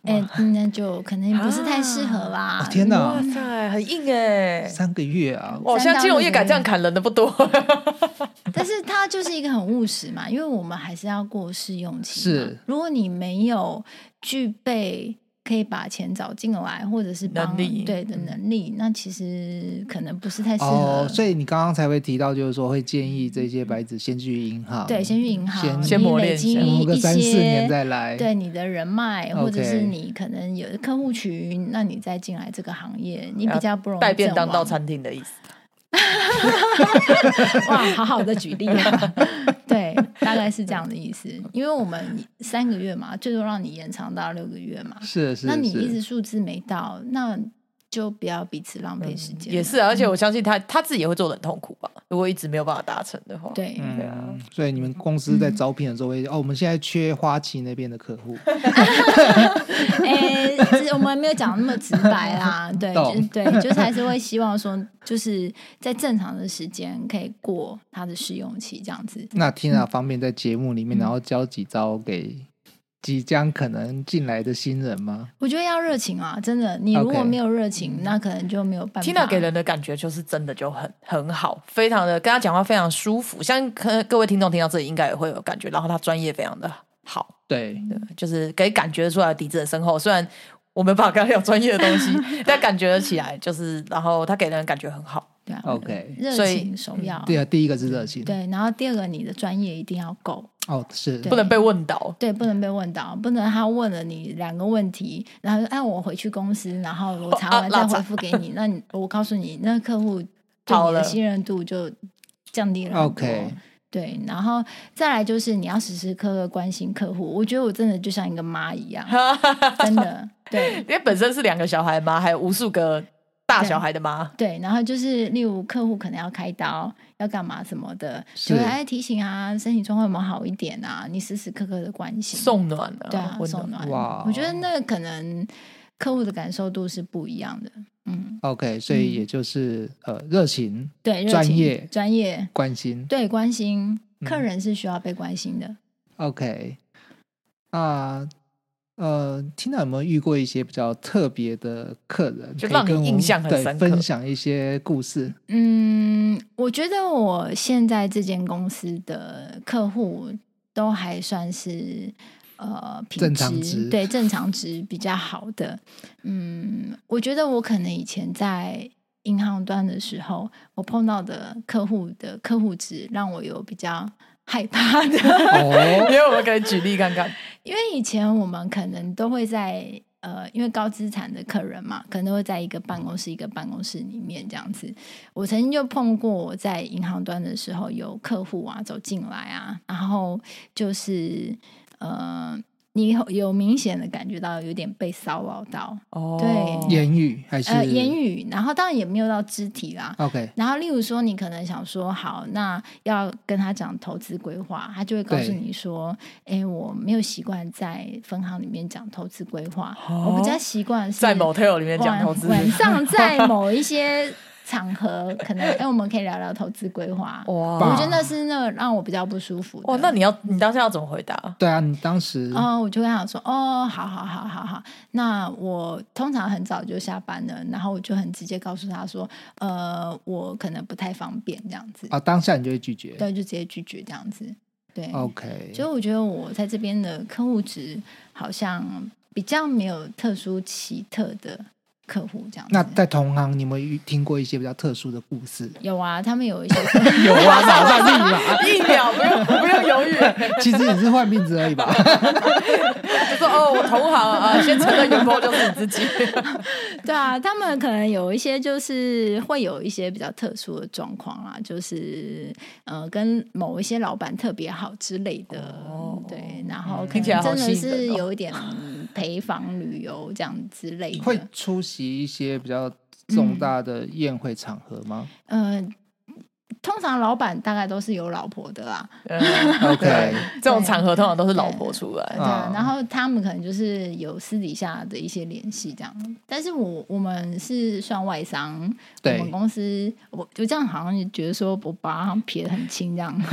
Speaker 3: 哎、那就可能不是太适合啦。
Speaker 2: 哦天哪
Speaker 1: 哇塞，很硬哎、
Speaker 2: 三个月啊，
Speaker 1: 哦，现在金融业敢这样砍人的不多，
Speaker 3: 嗯但是它就是一个很务实嘛，因为我们还是要过试用期。
Speaker 2: 是，
Speaker 3: 如果你没有具备可以把钱找进来，或者是帮
Speaker 1: 能力
Speaker 3: 对的能力，那其实可能不是太适合。
Speaker 2: 嗯哦，所以你刚刚才会提到，就是说会建议这些白纸先去银行，
Speaker 3: 对，先去银行，
Speaker 2: 先
Speaker 1: 先磨练
Speaker 3: 累
Speaker 1: 一
Speaker 3: 积
Speaker 1: 下
Speaker 2: 磨个
Speaker 3: 一
Speaker 2: 三四
Speaker 3: 些
Speaker 2: 年再来，
Speaker 3: 对你的人脉，
Speaker 2: OK
Speaker 3: 或者是你可能有客户群，那你再进来这个行业，你比较不容易
Speaker 1: 带便当
Speaker 3: 阵
Speaker 1: 到
Speaker 3: 亡。
Speaker 1: 餐厅的意思。
Speaker 3: 哇，好好的举例啊，对，大概是这样的意思。因为我们三个月嘛，最多让你延长到六个月嘛，
Speaker 2: 是是
Speaker 3: 那你一直
Speaker 2: 是，
Speaker 3: 数字没到，那就不要彼此浪费时间、嗯
Speaker 1: 也是，啊，而且我相信他他自己也会做的很痛苦吧，如果一直没有办法达成的话。
Speaker 3: 对。嗯
Speaker 1: 对啊
Speaker 2: 嗯，所以你们公司在招聘的时候会哦，我们现在缺花旗那边的客 户，
Speaker 3: 哎、其实我们没有讲那么直 白啦，对，
Speaker 2: 懂
Speaker 3: 就是对，就是还是会希望说，就是在正常的时间可以过他的试用期这样子。
Speaker 2: 那 Tina 方便在节目里
Speaker 3: 嗯
Speaker 2: 面，然后教几招给即将可能进来的新人吗？
Speaker 3: 我觉得要热情啊，真的，你如果
Speaker 2: OK
Speaker 3: 没有热情那可能就没有办法。
Speaker 1: Tina 给人的感觉就是真的就很很好，非常的跟他讲话非常舒服，像可各位听众听到这里应该也会有感觉，然后他专业非常的好，
Speaker 2: 对，
Speaker 3: 嗯
Speaker 1: 对，就是可以感觉出来底子很深厚，虽然我没办法跟他聊专业的东西， 但感觉起来就是，然后他给人的感觉很好，
Speaker 3: 对啊
Speaker 2: OK
Speaker 3: 热
Speaker 1: 所以
Speaker 3: 情首要。
Speaker 2: 哦对啊，第一个是热情，
Speaker 3: 对然后第二个，你的专业一定要够，
Speaker 2: 哦，是
Speaker 3: 对
Speaker 1: 不能被问倒。
Speaker 3: 对，不能被问到，不能他问了你两个问题，然后说哎，我回去公司，然后我查
Speaker 1: 啊
Speaker 3: 完
Speaker 1: 拉
Speaker 3: 再
Speaker 1: 闸
Speaker 3: 回复给你。那你我告诉你，那客户对
Speaker 1: 好
Speaker 3: 你
Speaker 1: 了，
Speaker 3: 的信任度就降低了很多
Speaker 2: OK，
Speaker 3: 对，然后再来就是你要时时刻刻关心客户。我觉得我真的就像一个妈一样 真的对。
Speaker 1: 因为本身是两个小孩妈，还有无数个大小孩的妈，
Speaker 3: 对，然后就是例如客户可能要开刀，要干嘛什么的，
Speaker 2: 是
Speaker 3: 就会哎提醒啊，身体状况有没有好一点啊？你时时刻刻的关心，
Speaker 1: 送暖的、
Speaker 3: 对啊，
Speaker 1: 温
Speaker 3: 送暖。
Speaker 2: 哇哦
Speaker 3: 我觉得那可能客户的感受度是不一样的。嗯，
Speaker 2: OK，所以也就是、呃，热情、
Speaker 3: 对，热
Speaker 2: 专
Speaker 3: 情
Speaker 2: 业
Speaker 3: 专业，
Speaker 2: 关心
Speaker 3: 对关心客
Speaker 2: 嗯
Speaker 3: 人是需要被关心的。
Speaker 2: OK，啊。呃，Tina 有没有遇过一些比较特别的客人，
Speaker 1: 就
Speaker 2: 可以
Speaker 1: 让你
Speaker 2: 跟我们
Speaker 1: 印象很
Speaker 2: 对
Speaker 1: 深刻
Speaker 2: 分享一些故事？
Speaker 3: 嗯，我觉得我现在这间公司的客户都还算是呃品
Speaker 2: 正常值，
Speaker 3: 对正常值比较好的。嗯，我觉得我可能以前在银行端的时候，我碰到的客户的客户值让我有比较害怕的
Speaker 2: 哦
Speaker 1: 因，为我们可以举例看看，
Speaker 3: 因为以前我们可能都会在。呃，因为高资产的客人嘛，可能都会在一个办公室一个办公室里面这样子。我曾经就碰过，我在银行端的时候，有客户啊走进来啊，然后就是呃，你有有明显的感觉到有点被骚扰到，
Speaker 1: 哦，
Speaker 3: 对
Speaker 2: 言语还是
Speaker 3: 呃，言语，然后当然也没有到肢体啦。
Speaker 2: ？OK，
Speaker 3: 然后，例如说，你可能想说，好，那要跟他讲投资规划，他就会告诉
Speaker 2: 对
Speaker 3: 你说，哎，我没有习惯在分行里面讲投资规划，
Speaker 1: 哦
Speaker 3: 我比较习惯是
Speaker 1: 在 motel 里面讲投资，
Speaker 3: 晚晚上在某一些场合，可能哎，我们可以聊聊投资规划。
Speaker 1: 哇
Speaker 3: 我觉得那是那让我比较不舒服的。
Speaker 1: 哇，哦那你要你当下要怎么回 答？
Speaker 2: 对啊，你当时
Speaker 3: 哦，我就跟他说，哦，好好好好好，那我通常很早就下班了，然后我就很直接告诉他说，呃，我可能不太方便这样子，
Speaker 2: 啊，当下你就会拒绝。
Speaker 3: 对，就直接拒绝这样子，对。
Speaker 1: 哦
Speaker 2: OK，
Speaker 3: 所以我觉得我在这边的客户值好像比较没有特殊奇特的客户这样子。
Speaker 2: 那在同行，你有没有遇听过一些比较特殊的故 事？
Speaker 3: 有啊，他们有一些
Speaker 2: 有 啊，马上立马。
Speaker 1: 一秒不用不用 犹豫，
Speaker 2: 其实也是换名字而已吧。
Speaker 1: 就说哦，我同行啊，先承认员工就是你自己。
Speaker 3: 对啊，他们可能有一些就是会有一些比较特殊的状况啦，就是呃，跟某一些老板特别好之类的，
Speaker 1: 哦
Speaker 3: 对，然后可
Speaker 1: 听起来
Speaker 3: 能
Speaker 1: 好
Speaker 3: 真的
Speaker 1: 吸引人
Speaker 3: 是
Speaker 1: 哦
Speaker 3: 有一点 嗯陪房旅游这样之类
Speaker 2: 会
Speaker 3: 的，
Speaker 2: 出席一些比较重大的宴会场合 吗
Speaker 3: 呃，通常老板大概都是有老婆的啦，
Speaker 1: 嗯
Speaker 2: ？OK，
Speaker 1: 这种场合通常都是老婆出来
Speaker 3: 对，
Speaker 2: 啊，
Speaker 3: 啊然后他们可能就是有私底下的一些联系这样，但是我我们是算外商，我
Speaker 2: 对
Speaker 3: 们公司我就这样好像就觉得说我把他撇得很清这样，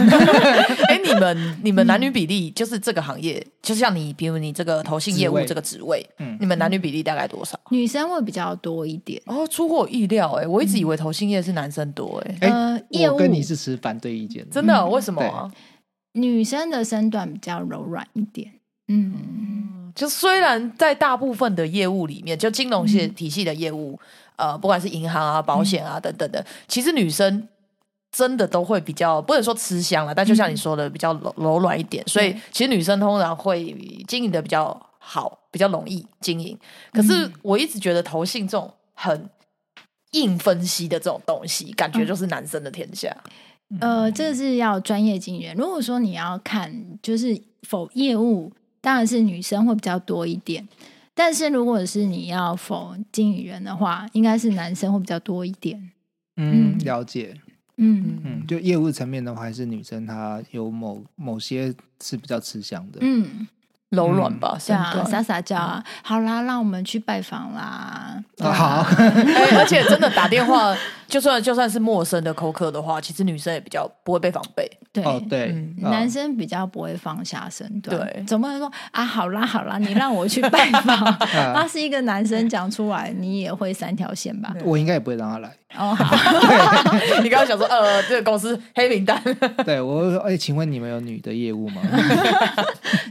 Speaker 1: 哎，你们你们男女比例就是这个行业，就像你，比如你这个投信业
Speaker 2: 职
Speaker 1: 务
Speaker 2: 位
Speaker 1: 这个职位，
Speaker 2: 嗯
Speaker 1: 你们男女比例大概多少？
Speaker 3: 女生会比较多一点。
Speaker 1: 哦，出乎我意料哎，我一直以为投信业是男生多哎，
Speaker 2: 哎、
Speaker 3: 呃业务
Speaker 2: 我跟你是持反对意见的。
Speaker 1: 真的哦为什么啊？
Speaker 3: 女生的身段比较柔软一点，嗯，
Speaker 1: 就虽然在大部分的业务里面，就金融
Speaker 3: 嗯
Speaker 1: 系体系的业务，呃，不管是银行啊、保险啊等等的，其实女生真的都会比较不能说吃香了，但就像你说的，比较柔柔软一点，
Speaker 3: 嗯
Speaker 1: 所以其实女生通常会经营的比较好，比较容易经营。可
Speaker 3: 嗯
Speaker 1: 是我一直觉得投信这种很。硬分析的这种东西，感
Speaker 3: 嗯
Speaker 1: 觉就是男生的天下。
Speaker 3: 呃，这是要专业经验。如果说你要看就是否业务，当然是女生会比较多一点。但是如果是你要否经理人的话，应该是男生会比较多一点。
Speaker 2: 嗯，
Speaker 3: 嗯
Speaker 2: 了解。
Speaker 3: 嗯
Speaker 2: 嗯，就业务层面的话，还是女生她有某某些是比较吃香的。
Speaker 3: 嗯，
Speaker 1: 柔软吧，
Speaker 3: 对
Speaker 1: 身
Speaker 3: 啊，
Speaker 1: 段
Speaker 3: 撒撒娇啊，好啦，让我们去拜访啦。
Speaker 2: 嗯啊好，
Speaker 1: 哎，而且真的打电话，就算就算是陌生的口客的话，其实女生也比较不会被防备。
Speaker 3: 对，
Speaker 2: 哦对，
Speaker 1: 嗯
Speaker 2: 啊
Speaker 3: 男生比较不会放下身段，
Speaker 1: 对
Speaker 3: 总不能说啊，好啦好啦，你让我去拜 访，
Speaker 2: 啊
Speaker 3: 那是一个男生讲出来，你也会三条线吧？
Speaker 2: 我应该也不会让他来。
Speaker 3: 哦，好，
Speaker 1: 你刚刚想说，呃，这个公司黑名单，
Speaker 2: 对我会说，哎、请问你们有女的业 务吗？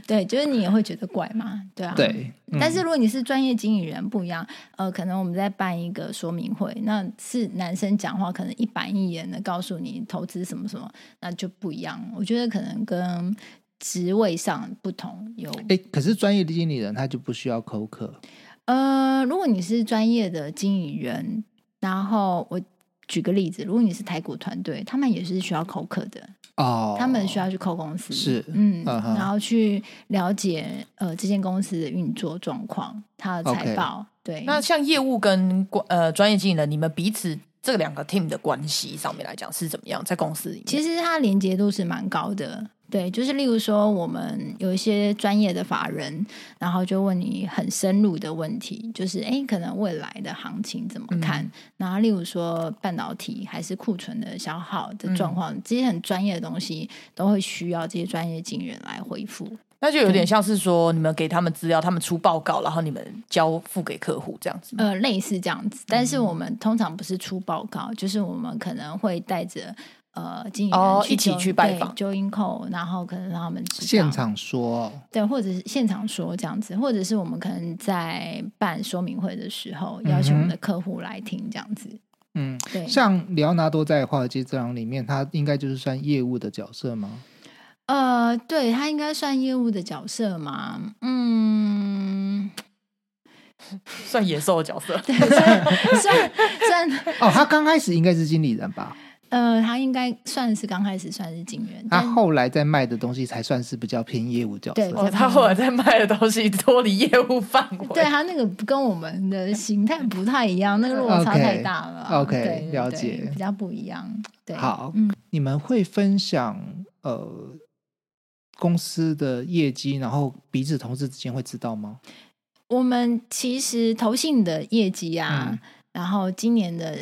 Speaker 3: 对，就是你也会觉得怪嘛，对啊，。
Speaker 2: 对，嗯
Speaker 3: 但是如果你是专业经理人不一样，呃，可能我们在办一个说明会，那是男生讲话可能一板一眼的告诉你投资什么什么，那就不一样。我觉得可能跟职位上不同有
Speaker 2: 哎、可是专业的经理人他就不需要口渴。
Speaker 3: 呃，如果你是专业的经理人，然后我举个例子，如果你是台股团队，他们也是需要口渴的，
Speaker 2: 哦，
Speaker 3: 他们需要去扣公司，
Speaker 2: 是
Speaker 3: 嗯，
Speaker 2: 嗯哼
Speaker 3: 然后去了解呃这间公司的运作状况，它的财报对，
Speaker 1: 那像业务跟关呃专业经理人，你们彼此这两个 team 的关系上面来讲是怎么样？在公司里面，
Speaker 3: 其实它连接度是蛮高的。对，就是例如说，我们有一些专业的法人，然后就问你很深入的问题，就是诶，可能未来的行情怎么看？
Speaker 1: 嗯
Speaker 3: 然后例如说半导体还是库存的消耗
Speaker 1: 嗯
Speaker 3: 的状况，这些很专业的东西都会需要这些专业经理人来回复。
Speaker 1: 那就有点像是说，你们给他们资料，他们出报告，然后你们交付给客户这样子。
Speaker 3: 呃，类似这样子，但
Speaker 1: 嗯
Speaker 3: 是我们通常不是出报告，就是我们可能会带着呃经理人
Speaker 1: 哦一起
Speaker 3: join-
Speaker 1: 去拜
Speaker 3: 对
Speaker 1: 访
Speaker 3: join call，然后可能让他们知道
Speaker 2: 现场说、哦，
Speaker 3: 对，或者是现场说这样子，或者是我们可能在办说明会的时候，邀请我们的客户来听这样子。
Speaker 2: 嗯，
Speaker 3: 对，
Speaker 2: 像莱昂纳多在《华尔街之狼》里面，他应该就是算业务的角色 吗？
Speaker 3: 呃，对他应该算业务的角色嘛？嗯，
Speaker 1: 算野兽的角色，
Speaker 3: 对，算算算，
Speaker 2: 哦，他刚开始应该是经理人吧？
Speaker 3: 呃，它应该算是刚开始算是金源，
Speaker 2: 他
Speaker 3: 但
Speaker 2: 啊后来在卖的东西才算是比较偏业务角
Speaker 3: 对
Speaker 2: 色。
Speaker 1: 哦，他后来在卖的东西脱离业务范围，
Speaker 3: 对啊它那个跟我们的形态不太一样，那个落差
Speaker 2: OK，
Speaker 3: 太大了啊。
Speaker 2: OK，
Speaker 3: 对对
Speaker 2: 了
Speaker 3: 对
Speaker 2: 解
Speaker 3: 比较不一样。对，
Speaker 2: 好，
Speaker 3: 嗯
Speaker 2: 你们会分享呃公司的业绩，然后彼此同事之间会知道吗？
Speaker 3: 我们其实投信的业绩啊，
Speaker 2: 嗯
Speaker 3: 然后今年的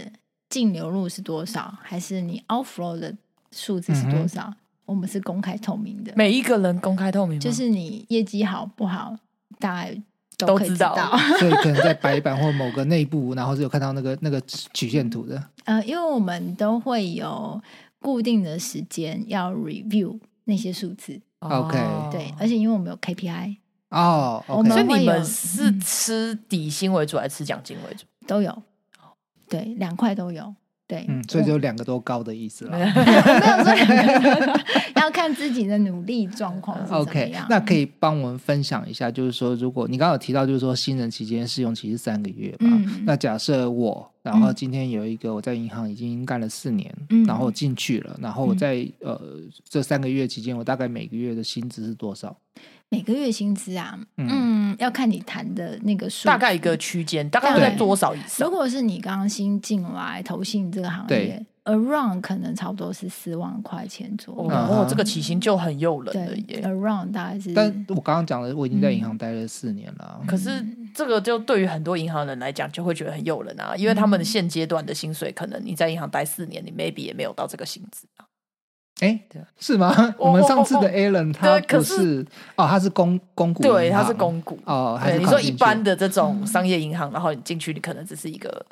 Speaker 3: 净流入是多少，还是你 outflow 的数字是
Speaker 2: 嗯哼
Speaker 3: 多少，我们是公开透明的，
Speaker 1: 每一个人公开透明吗，
Speaker 3: 就是你业绩好不好，大概
Speaker 1: 都
Speaker 3: 可以
Speaker 1: 知
Speaker 3: 知
Speaker 1: 道
Speaker 2: 所以可能在白板或某个内部，然后是有看到那个那个曲线图的。
Speaker 3: 呃，因为我们都会有固定的时间要 review 那些数字，
Speaker 1: 哦
Speaker 2: OK
Speaker 3: 对，而且因为我们有 KPI
Speaker 2: 哦
Speaker 3: 我
Speaker 2: ，OK，
Speaker 3: 们
Speaker 1: 哎所以
Speaker 3: 会
Speaker 1: 你
Speaker 3: 有
Speaker 1: 们是
Speaker 3: 嗯
Speaker 1: 吃底薪为主还是吃奖金为主？
Speaker 3: 都有，对，两块都有，对，
Speaker 2: 嗯，所以就两个都高的意思了。
Speaker 3: 我 没有说两个，要看自己的努力状况是怎么
Speaker 2: OK，
Speaker 3: 样。嗯
Speaker 2: 那可以帮我们分享一下，就是说，如果你刚刚有提到，就是说新人期间试用期是三个月嘛？
Speaker 3: 嗯
Speaker 1: 啊
Speaker 2: 那假设我，然后
Speaker 3: 嗯
Speaker 2: 今天有一个我在银行已经干了四年，
Speaker 3: 嗯
Speaker 2: 然后我进去了，然后我
Speaker 3: 嗯
Speaker 2: 在、呃这三个月期间，我大概每个月的薪资是多少？
Speaker 3: 每个月薪资啊，
Speaker 2: 嗯
Speaker 3: 嗯，要看你谈的那个数。
Speaker 1: 大概一个区间，大概要
Speaker 2: 对
Speaker 1: 在多少以
Speaker 3: 如
Speaker 1: 上？
Speaker 3: 果是你刚刚新进来投信这个行业
Speaker 2: 对
Speaker 3: ，around 可能差不多是四万块钱左右。
Speaker 2: 嗯
Speaker 1: 哦，这个起薪就很诱人了
Speaker 3: 对
Speaker 1: 耶。
Speaker 3: ，around 大概是，
Speaker 2: 但我刚刚讲了，我已经在银行待了四年了。
Speaker 1: 嗯可是这个就对于很多银行人来讲，就会觉得很诱人啊，因为他们现阶段的薪水，可能你在银行待四年，你 maybe 也没有到这个薪资啊。
Speaker 2: 哎、
Speaker 1: 对
Speaker 2: 是吗？
Speaker 1: 我
Speaker 2: 我们
Speaker 1: 我
Speaker 2: 上次
Speaker 1: 我
Speaker 2: 的 Alan 他
Speaker 1: 可
Speaker 2: 不
Speaker 1: 是
Speaker 2: 哦，他是公公股银行，
Speaker 1: 对，它是公股。
Speaker 2: 哦，还
Speaker 1: 对，
Speaker 2: 是
Speaker 1: 你
Speaker 2: 靠
Speaker 1: 说
Speaker 2: 进
Speaker 1: 一
Speaker 2: 去
Speaker 1: 般的这种商业银行，然后你进去，你可能只是一个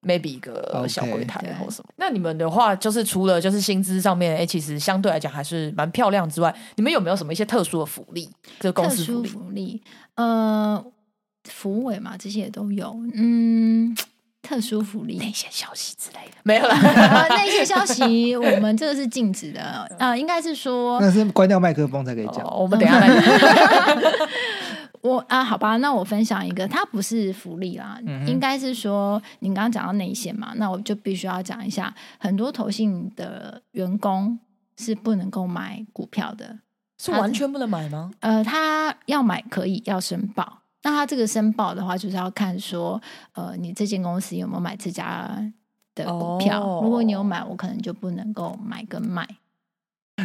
Speaker 1: maybe 一个
Speaker 2: OK
Speaker 1: 小柜台
Speaker 3: 对
Speaker 1: 或什么。那你们的话，就是除了就是薪资上面，哎、其实相对来讲还是蛮漂亮之外，你们有没有什么一些特殊的福利？这公
Speaker 3: 特
Speaker 1: 司福
Speaker 3: 殊
Speaker 1: 利
Speaker 3: 福利，呃，福委嘛，这些也都有，嗯，特殊福利，
Speaker 1: 一些消息之类的没有啦。
Speaker 3: 呃，那些消息我们这个是禁止的，呃，应该是说
Speaker 2: 那是关掉麦克风才可以讲。
Speaker 1: 哦我们等一下再
Speaker 3: 嗯
Speaker 1: 讲。
Speaker 3: 我啊，好吧，那我分享一个，它不是福利啦，
Speaker 2: 嗯哼
Speaker 3: 应该是说你刚刚讲到内线嘛，那我就必须要讲一下，很多投信的员工是不能够买股票的，
Speaker 1: 是完全不能买吗？
Speaker 3: 呃，他要买可以要申报，那他这个申报的话，就是要看说，呃，你这间公司有没有买这家的股票，
Speaker 1: 哦
Speaker 3: 如果你有买，我可能就不能够买跟卖。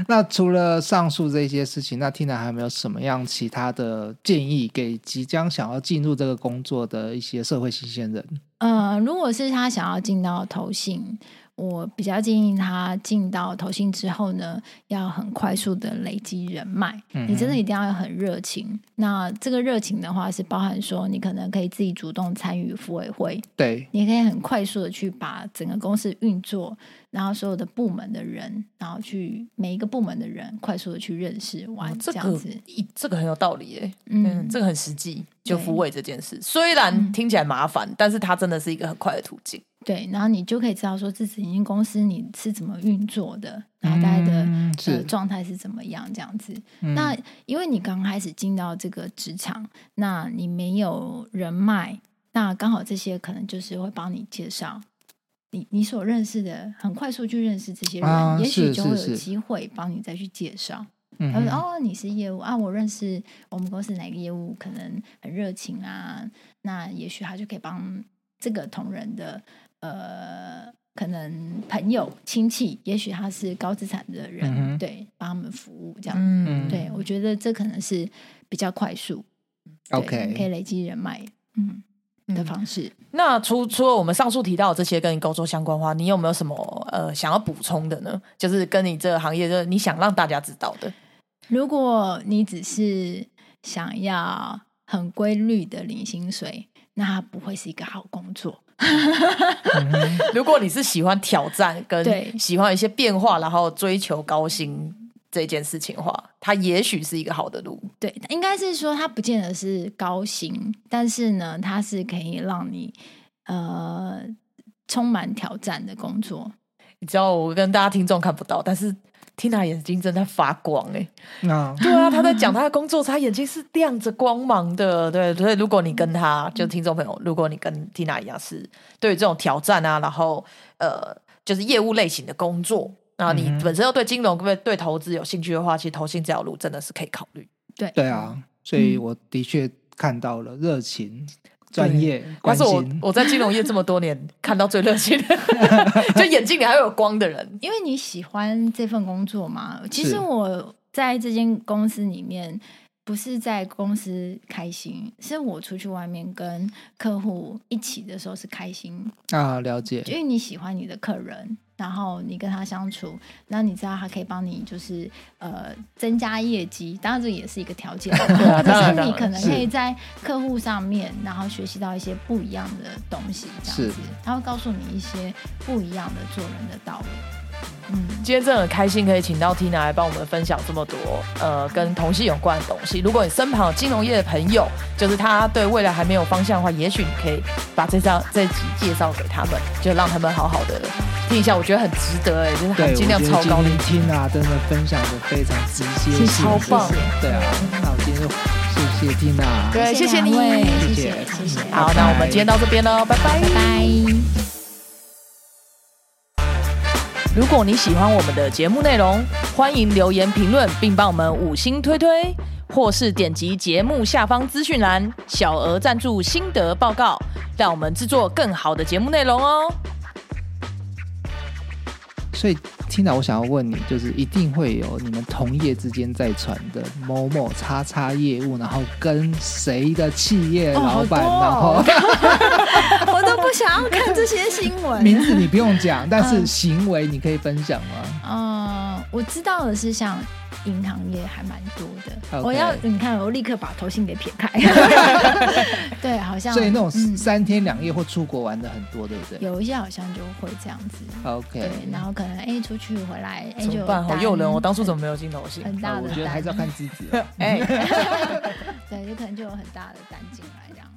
Speaker 2: 那除了上述这些事情，那 Tina 还有没有什么样其他的建议给即将想要进入这个工作的一些社会新鲜人？
Speaker 3: 呃，如果是他想要进到投信，我比较建议他进到投信之后呢，要很快速的累积人脉。
Speaker 2: 嗯哼
Speaker 3: 你真的一定要很热情。那这个热情的话，是包含说你可能可以自己主动参与服委会，
Speaker 2: 对，
Speaker 3: 你可以很快速的去把整个公司运作，然后所有的部门的人，然后去每一个部门的人快速的去认识完，
Speaker 1: 哇这
Speaker 3: 样
Speaker 1: 个
Speaker 3: 子。
Speaker 1: 一这个很有道理耶。嗯，
Speaker 3: 嗯，
Speaker 1: 这个很实际，就
Speaker 3: 对嗯
Speaker 1: 抚慰这件事，虽然听起来麻烦，但是它真的是一个很快的途径。
Speaker 3: 对，然后你就可以知道说这整间公司你是怎么运作的，然后大概的、
Speaker 2: 嗯
Speaker 3: 呃
Speaker 2: 是
Speaker 3: 状态是怎么样这样子。
Speaker 2: 嗯
Speaker 3: 那因为你刚开始进到这个职场，那你没有人脉，那刚好这些可能就是会帮你介绍。你你所认识的，很快速去认识这些人，
Speaker 2: 啊
Speaker 3: 也许
Speaker 2: 是
Speaker 3: 就会
Speaker 2: 是是
Speaker 3: 有机会帮你再去介绍。
Speaker 2: 嗯
Speaker 3: 他
Speaker 2: 哼
Speaker 1: 呃
Speaker 3: 说：“哦，你是业务啊，我认识我们公司哪个业务可能很热情啊，那也许他就可以帮这个同仁的呃，可能朋友亲戚，也许他是高资产的人，
Speaker 2: 嗯哼
Speaker 3: 对，帮他们服务这样。
Speaker 1: 嗯
Speaker 3: 对，我觉得这可能是比较快速对
Speaker 2: OK
Speaker 3: 可以累积人脉，嗯的
Speaker 1: 嗯
Speaker 3: 方式。
Speaker 1: 那除除了我们上述提到的这些跟你工作相关的话，你有没有什么呃想要补充的呢？就是跟你这个行业，就是你想让大家知道的。
Speaker 3: 如果你只是想要很规律的领薪水，那它不会是一个好工作。
Speaker 1: 如果你是喜欢挑战
Speaker 3: 对
Speaker 1: 跟喜欢一些变化，然后追求高薪这件事情的话，它也许是一个好的路。
Speaker 3: 对，应该是说它不见得是高薪，但是呢，它是可以让你呃充满挑战的工作。
Speaker 1: 你知道，我跟大家听众看不到，但是 Tina 眼睛正在发光哎、
Speaker 2: 那
Speaker 1: 对啊，他在
Speaker 2: 嗯
Speaker 1: 讲他的工作，他眼睛是亮着光芒的。对，所以如果你跟
Speaker 2: 嗯
Speaker 1: 他，就听众朋友，如果你跟 Tina 一样是对于这种挑战啊，然后呃就是业务类型的工作，那你
Speaker 2: 嗯哼
Speaker 1: 本身又对金融对对投资有兴趣的话，其实投信这条路真的是可以考虑。
Speaker 3: 对
Speaker 2: 对，啊，所以
Speaker 3: 嗯
Speaker 2: 我的确看到了热情、专业、
Speaker 1: 但
Speaker 2: 关
Speaker 1: 是我
Speaker 2: 心。
Speaker 1: 我在金融业这么多 年，看到最热心的，就眼睛里还会有光的人，
Speaker 3: 因为你喜欢这份工作嘛。其实
Speaker 2: 是
Speaker 3: 我在这间公司里面，不是在公司开心，是我出去外面跟客户一起的时候是开心，
Speaker 2: 啊，了解
Speaker 3: 因为你喜欢你的客人，然后你跟他相处，那你知道他可以帮你就是呃增加业绩，当然这也是一个条 件，
Speaker 1: 啊当然
Speaker 3: 可是
Speaker 1: 当
Speaker 3: 你
Speaker 1: 然
Speaker 3: 可能
Speaker 2: 是
Speaker 3: 可以在客户上面，然后学习到一些不一样的东西，这样
Speaker 2: 是
Speaker 3: 子，他会告诉你一些不一样的做人的道理。嗯，
Speaker 1: 今天真的很开心，可以请到 Tina 来帮我们分享这么多呃跟同性有关的东西。如果你身旁有金融业的朋友，就是他对未来还没有方向的话，也许你可以把这张这集介绍给他们，就让他们好好的听一下。我觉得很值得哎、就是
Speaker 2: 对，
Speaker 1: 含金量
Speaker 2: 我觉
Speaker 1: 超
Speaker 2: 得
Speaker 1: 高的
Speaker 2: 今。天 Tina 真的分享的非常直接，
Speaker 1: 超棒
Speaker 2: 是对啊，那我 今天就谢谢 Tina，啊
Speaker 1: 对啊谢谢
Speaker 3: 两
Speaker 1: 你
Speaker 3: 位谢
Speaker 2: 谢
Speaker 3: 谢，
Speaker 2: 谢
Speaker 3: 谢谢，
Speaker 1: 好，那我们今天到这边喽，拜拜
Speaker 3: 拜。拜。
Speaker 1: 如果你喜欢我们的节目内容，欢迎留言评论，并帮我们五星推推，或是点击节目下方资讯栏小额赞助心得报告，让我们制作更好的节目内容哦。
Speaker 2: 所以 Tina，我想要问你，就是一定会有你们同业之间在传的某某叉叉业务，然后跟谁的企业老板，
Speaker 3: 哦好
Speaker 2: 然
Speaker 3: 我都不想要看这些新
Speaker 2: 后
Speaker 3: 闻。
Speaker 2: 呃名字你不用讲，但是
Speaker 3: 嗯
Speaker 2: 行为你可以分享吗？
Speaker 3: 嗯，我知道的是，像银行业还蛮多的。
Speaker 2: OK
Speaker 3: 我要你看，我立刻把投信给撇开。对，好像
Speaker 2: 所以那种
Speaker 3: 嗯
Speaker 2: 三天两夜或出国玩的很多，对不对
Speaker 3: 有一些好像就会这样子。对
Speaker 2: ？OK，，
Speaker 3: 然后可能哎出去回来哎
Speaker 1: 怎
Speaker 3: 就
Speaker 1: 么
Speaker 3: 有
Speaker 1: 办？好
Speaker 3: 单
Speaker 1: 诱人！我当初怎么没有进头信？
Speaker 3: 很大
Speaker 2: 啊
Speaker 3: 的
Speaker 2: 我
Speaker 3: 单，
Speaker 2: 觉得还是要看资质哦。
Speaker 1: 哎。
Speaker 3: 对，就可能就有很大的单进来这样。